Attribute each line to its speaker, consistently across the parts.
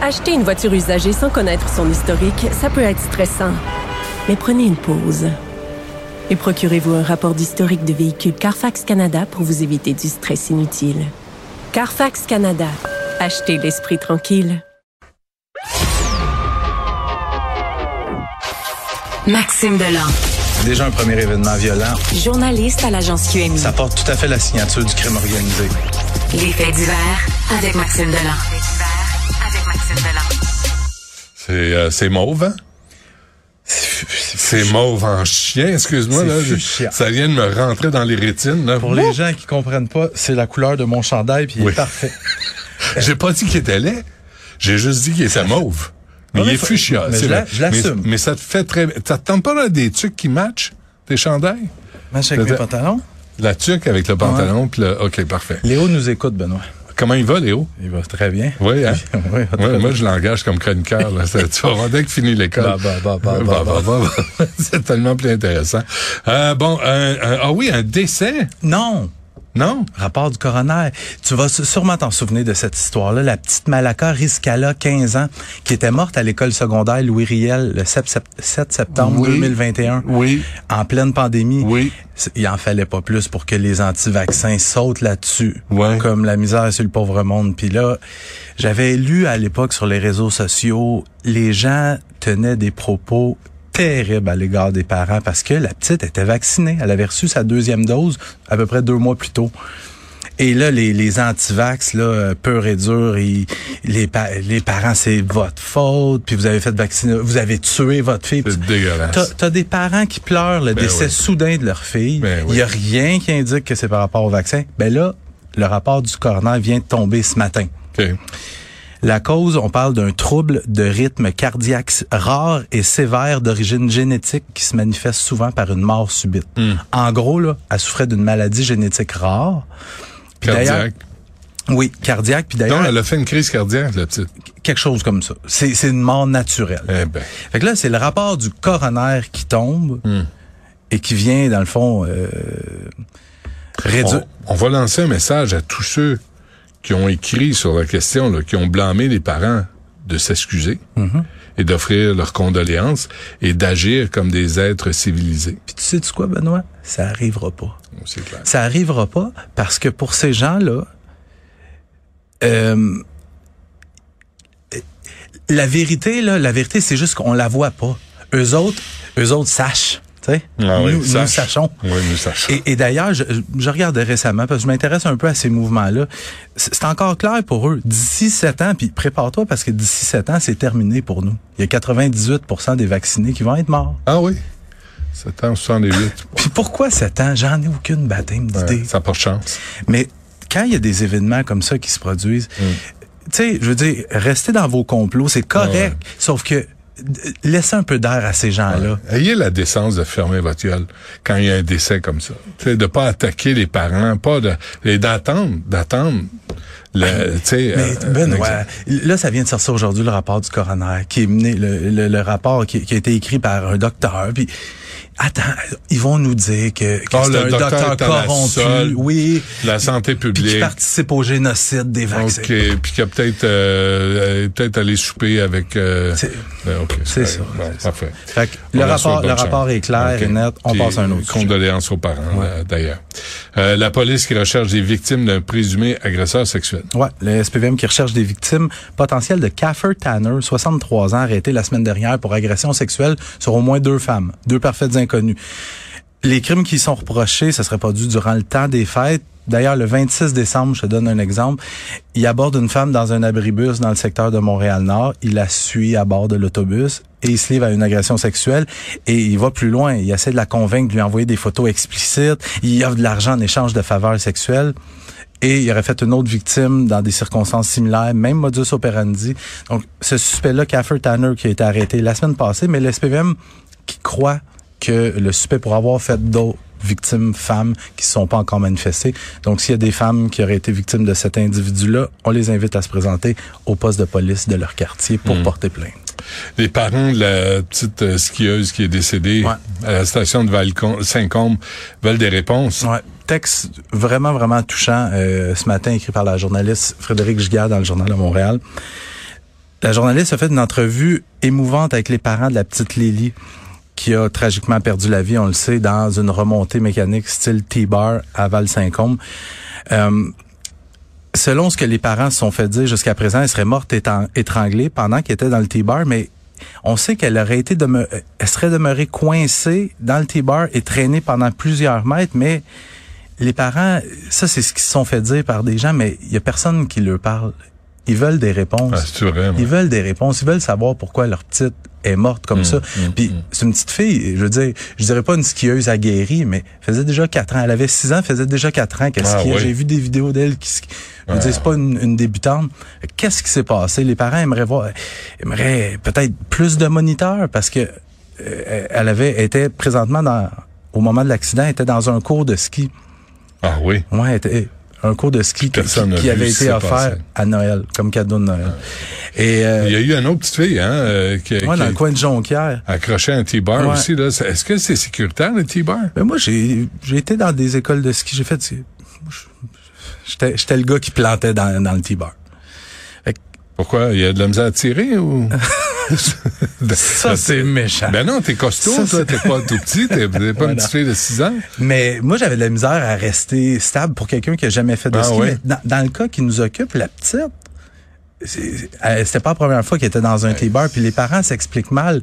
Speaker 1: Acheter une voiture usagée sans connaître son historique, ça peut être stressant. Mais prenez une pause. Et procurez-vous un rapport d'historique de véhicule Carfax Canada pour vous éviter du stress inutile. Carfax Canada. Achetez l'esprit tranquille.
Speaker 2: Maxime Delan,
Speaker 3: Déjà un premier événement violent.
Speaker 2: journaliste à l'agence QMI.
Speaker 3: Ça porte tout à fait la signature du crime organisé.
Speaker 2: Les faits divers avec Maxime Delan. avec Maxime Delan.
Speaker 4: C'est euh, c'est mauve, hein? C'est mauve en chien, excuse-moi.
Speaker 3: C'est
Speaker 4: là, je-
Speaker 3: fuchsia.
Speaker 4: Ça vient de me rentrer dans les rétines. Là.
Speaker 3: Pour les gens qui comprennent pas, c'est la couleur de mon chandail puis il
Speaker 4: Oui.
Speaker 3: est parfait.
Speaker 4: J'ai pas dit qu'il était laid. J'ai juste dit qu'il était mauve. Mais
Speaker 3: Non,
Speaker 4: il
Speaker 3: mais
Speaker 4: est
Speaker 3: faut-
Speaker 4: fuchsia.
Speaker 3: mais
Speaker 4: c'est
Speaker 3: je la-
Speaker 4: vrai.
Speaker 3: je l'assume.
Speaker 4: Mais, mais ça te fait très... Ça te tente pas là, des tucs qui matchent tes chandails?
Speaker 3: Match avec mes
Speaker 4: Peut-être.
Speaker 3: pantalons.
Speaker 4: La tuque avec le pantalon, puis le... OK, parfait.
Speaker 3: Léo nous écoute, Benoît.
Speaker 4: Comment il va, Léo?
Speaker 3: Il va très bien.
Speaker 4: Oui, hein?
Speaker 3: Oui, il va très
Speaker 4: Ouais,
Speaker 3: bien.
Speaker 4: moi, je l'engage comme chroniqueur. Là. Ça, tu vas voir, dès que finit l'école.
Speaker 3: Bah, bah, bah, bah,
Speaker 4: Euh,
Speaker 3: bah,
Speaker 4: bah, bah. C'est tellement plus intéressant. Euh, bon, un- un- ah oui, un décès,
Speaker 3: Non!
Speaker 4: non?
Speaker 3: Rapport du coroner. Tu vas s- sûrement t'en souvenir de cette histoire-là. La petite Malaka Riscala, 15 ans, qui était morte à l'école secondaire Louis Riel le 7, sept- 7 septembre
Speaker 4: Oui.
Speaker 3: 2021.
Speaker 4: Oui.
Speaker 3: En pleine pandémie.
Speaker 4: Oui.
Speaker 3: C'est- Il en fallait pas plus pour que les anti-vaccins sautent là-dessus.
Speaker 4: Ouais.
Speaker 3: Comme la misère sur le pauvre monde. Puis là, j'avais lu à l'époque sur les réseaux sociaux, les gens tenaient des propos terribles à l'égard des parents parce que la petite était vaccinée. Elle avait reçu sa deuxième dose à peu près deux mois plus tôt. Et là, les, les anti-vax, là, euh, pur et dur, ils- les, pa- les parents, c'est votre faute, puis vous avez fait vacciner, vous avez tué votre fille.
Speaker 4: C'est
Speaker 3: Puis-
Speaker 4: dégueulasse. Ben
Speaker 3: T'as t'as des parents qui pleurent le décès
Speaker 4: oui.
Speaker 3: soudain de leur fille.
Speaker 4: Ben
Speaker 3: Il
Speaker 4: oui.
Speaker 3: y a rien qui indique que c'est par rapport au vaccin. Ben là, le rapport du coroner vient de tomber ce matin.
Speaker 4: OK.
Speaker 3: La cause, on parle d'un trouble de rythme cardiaque s- rare et sévère d'origine génétique qui se manifeste souvent par une mort subite.
Speaker 4: Hmm.
Speaker 3: En gros, là, elle souffrait d'une maladie génétique rare. Puis d'ailleurs-
Speaker 4: Cardiaque.
Speaker 3: Oui, cardiaque. Puis d'ailleurs,
Speaker 4: Non, elle a fait une crise cardiaque, la petite.
Speaker 3: quelque chose comme ça. C'est c'est une mort naturelle.
Speaker 4: Eh ben.
Speaker 3: Fait que là, c'est le rapport du coroner qui tombe
Speaker 4: Hmm.
Speaker 3: et qui vient, dans le fond, euh, réduire.
Speaker 4: On, on va lancer un message à tous ceux qui ont écrit sur la question, là, qui ont blâmé les parents de s'excuser
Speaker 3: Mm-hmm.
Speaker 4: et d'offrir leurs condoléances et d'agir comme des êtres civilisés.
Speaker 3: Puis tu sais tu quoi, Benoît? Ça arrivera pas.
Speaker 4: C'est clair.
Speaker 3: Ça arrivera pas parce que pour ces gens-là, euh, la vérité, là, la vérité, c'est juste qu'on la voit pas. Eux autres, eux autres sachent. tu sais.
Speaker 4: Ah oui,
Speaker 3: nous, nous
Speaker 4: sache.
Speaker 3: sachons.
Speaker 4: Oui, nous sachons.
Speaker 3: Et, et d'ailleurs, je, je regardais récemment, parce que je m'intéresse un peu à ces mouvements-là. C'est c'est encore clair pour eux. D'ici sept ans, puis prépare-toi parce que d'ici sept ans, c'est terminé pour nous. Il y a 98 des vaccinés qui vont être morts.
Speaker 4: Ah oui? 778.
Speaker 3: Puis pourquoi sept ans? J'en ai aucune baptême d'idée.
Speaker 4: Ça porte chance.
Speaker 3: Mais quand il y a des événements comme ça qui se produisent,
Speaker 4: Mm.
Speaker 3: tu sais, je veux dire, rester dans vos complots, c'est correct.
Speaker 4: Ouais.
Speaker 3: Sauf que d- laissez un peu d'air à ces gens-là.
Speaker 4: Ayez la décence de fermer votre gueule quand il y a un décès comme ça. Tu sais, de pas attaquer les parents, pas de, et d'attendre, d'attendre. le- tu sais,
Speaker 3: Ah, Mais
Speaker 4: euh, un
Speaker 3: Benoît,
Speaker 4: exemple.
Speaker 3: là, ça vient de sortir aujourd'hui le rapport du coroner, qui est mené, le, le- le rapport qui, qui a été écrit par un docteur. Puis, attends, ils vont nous dire que, que
Speaker 4: Ah,
Speaker 3: c'est
Speaker 4: le
Speaker 3: un
Speaker 4: docteur
Speaker 3: docteur,
Speaker 4: est à la
Speaker 3: corrompu,
Speaker 4: solde
Speaker 3: oui,
Speaker 4: de la santé
Speaker 3: puis qui
Speaker 4: publique.
Speaker 3: participe au génocide des vaccins.
Speaker 4: OK, puis qui a peut-être euh, euh, peut-être aller souper avec euh,
Speaker 3: C'est-
Speaker 4: euh, OK.
Speaker 3: c'est
Speaker 4: ouais,
Speaker 3: ça,
Speaker 4: bon,
Speaker 3: c'est ça.
Speaker 4: parfait.
Speaker 3: Fait que le
Speaker 4: On leur
Speaker 3: rapport,
Speaker 4: souhaite
Speaker 3: le
Speaker 4: Ah, ben, bonne
Speaker 3: rapport
Speaker 4: chance.
Speaker 3: est clair
Speaker 4: OK.
Speaker 3: et net. On
Speaker 4: Puis,
Speaker 3: passe à un autre sujet.
Speaker 4: Condoléances aux parents euh, d'ailleurs. Euh, la police qui recherche des victimes d'un présumé agresseur sexuel.
Speaker 3: Ouais, le SPVM qui recherche des victimes potentielles de Kaffer Tanner, 63 ans, arrêté la semaine dernière pour agression sexuelle sur au moins deux femmes, deux parfaites inconnues. Les crimes qui y sont reprochés, ça serait pas dû durant le temps des fêtes. D'ailleurs, le 26 décembre, je te donne un exemple, il aborde une femme dans un abribus dans le secteur de Montréal-Nord. Il la suit à bord de l'autobus et il se livre à une agression sexuelle. Et il va plus loin. Il essaie de la convaincre de lui envoyer des photos explicites. Il offre de l'argent en échange de faveurs sexuelles. et il aurait fait une autre victime dans des circonstances similaires, même modus operandi. Donc, ce suspect-là, Caffer Tanner, qui a été arrêté la semaine passée, mais le SPVM qui croit que le suspect pourrait avoir fait d'autres victimes femmes qui ne sont pas encore manifestées. Donc, s'il y a des femmes qui auraient été victimes de cet individu-là, on les invite à se présenter au poste de police de leur quartier pour porter plainte.
Speaker 4: les parents de la petite euh, skieuse qui est décédée
Speaker 3: Ouais.
Speaker 4: à la station de Valcom- Saint-Côme veulent des réponses.
Speaker 3: Ouais, texte vraiment, vraiment touchant euh, ce matin écrit par la journaliste Frédéric Giguère dans le Journal de Montréal. La journaliste a fait une entrevue émouvante avec les parents de la petite Lily qui a tragiquement perdu la vie, on le sait, dans une remontée mécanique style T-bar à Val-Saint-Côme. Euh, selon ce que les parents se sont fait dire jusqu'à présent, elle serait morte étant- étranglée pendant qu'elle était dans le T-bar, mais on sait qu'elle aurait été deme- euh, elle serait demeurée coincée dans le T-bar et traînée pendant plusieurs mètres, mais les parents, ça c'est ce qu'ils se sont fait dire par des gens, mais il y a personne qui leur parle. Ils veulent des réponses.
Speaker 4: Ah, c'est vrai, moi.
Speaker 3: Ils veulent des réponses. Ils veulent savoir pourquoi leur petite est morte
Speaker 4: Mm,
Speaker 3: comme ça. Puis c'est une petite fille, je veux dire, je dirais pas une skieuse aguerrie, mais faisait déjà quatre ans. Elle avait six ans, faisait déjà quatre ans qu'elle
Speaker 4: Ah,
Speaker 3: skiait.
Speaker 4: oui.
Speaker 3: J'ai vu des vidéos d'elle qui ski- Je veux dire, c'est pas une, une débutante. Qu'est-ce qui s'est passé? Les parents aimeraient voir, aimeraient peut-être plus de moniteurs parce que euh, elle avait, était présentement dans, au moment de l'accident, était dans un cours de ski.
Speaker 4: Ah oui.
Speaker 3: Ouais, elle était- un cours de ski qui,
Speaker 4: Personne
Speaker 3: qui-
Speaker 4: n'a
Speaker 3: qui
Speaker 4: vu
Speaker 3: avait
Speaker 4: ce
Speaker 3: été
Speaker 4: qui s'est
Speaker 3: offert
Speaker 4: passé.
Speaker 3: à Noël, comme cadeau de Noël. Et, euh,
Speaker 4: Il y a eu une autre petite fille, hein, euh, qui,
Speaker 3: Ouais,
Speaker 4: qui
Speaker 3: dans le coin de Jonquière.
Speaker 4: accrochée à un T-bar
Speaker 3: Ouais.
Speaker 4: aussi, là. C'est- Est-ce que c'est sécuritaire, le T-bar?
Speaker 3: Ben moi, j'ai j'ai été dans des écoles de ski. J'ai fait... du- J'étais j'étais le gars qui plantait dans, dans le T-bar.
Speaker 4: Pourquoi? Il y a de la misère à tirer ou?
Speaker 3: Ça, c'est méchant.
Speaker 4: Ben non, t'es costaud,
Speaker 3: Ça, c'est-
Speaker 4: toi. T'es pas tout petit. T'es t'es pas une petite fille de 6 ans.
Speaker 3: Mais moi, j'avais de la misère à rester stable pour quelqu'un qui a jamais fait de
Speaker 4: Ah
Speaker 3: ski.
Speaker 4: ouais?
Speaker 3: Mais dans, dans le cas qui nous occupe, la petite, c'est- elle- c'était pas la première fois qu'elle était dans un T-bar. Puis les parents s'expliquent mal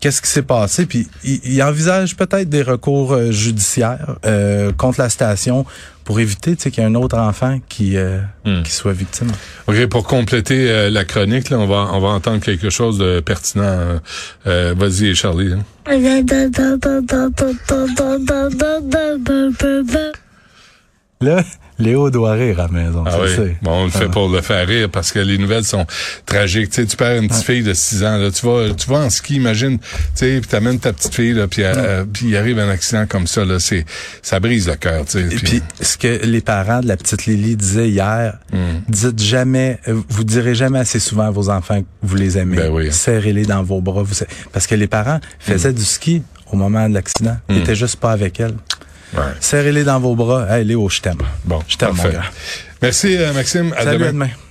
Speaker 3: qu'est-ce qui s'est passé. Puis ils, ils envisagent peut-être des recours euh, judiciaires euh, contre la station pour éviter tu sais, qu'il y ait un autre enfant qui, euh, qui soit victime.
Speaker 4: OK, pour compléter euh, la chronique, là, on va, on va entendre quelque chose de pertinent. Euh, euh, Vas-y, Charlie. hein.
Speaker 3: Là, Léo doit rire à la maison.
Speaker 4: Ah
Speaker 3: tu le
Speaker 4: oui.
Speaker 3: sais.
Speaker 4: Bon, on le fait pour le faire rire parce que les nouvelles sont tragiques. Tu sais, tu perds une petite
Speaker 3: Ah.
Speaker 4: fille de 6 ans, là, tu vas, tu vas en ski, imagine, tu sais, puis t'amènes ta petite fille, là, puis elle-
Speaker 3: Ah.
Speaker 4: euh, puis il arrive un accident comme ça, là, c'est, ça brise le cœur, tu sais.
Speaker 3: Et
Speaker 4: puis-
Speaker 3: puis, ce que les parents de la petite Lily disaient hier,
Speaker 4: Hmm.
Speaker 3: dites jamais, euh, vous direz jamais assez souvent à vos enfants que vous les aimez.
Speaker 4: Ben oui. Hmm.
Speaker 3: Serrez-les dans vos bras. vous sa- parce que les parents faisaient du ski au moment de l'accident. Ils étaient juste pas avec elle.
Speaker 4: Ouais.
Speaker 3: Serrez-les dans vos bras. Hey, Léo, je t'aime.
Speaker 4: Bon,
Speaker 3: Je t'aime, mon
Speaker 4: parfait.
Speaker 3: gars.
Speaker 4: Merci, euh, Maxime. À
Speaker 3: Salut,
Speaker 4: demain.
Speaker 3: à demain.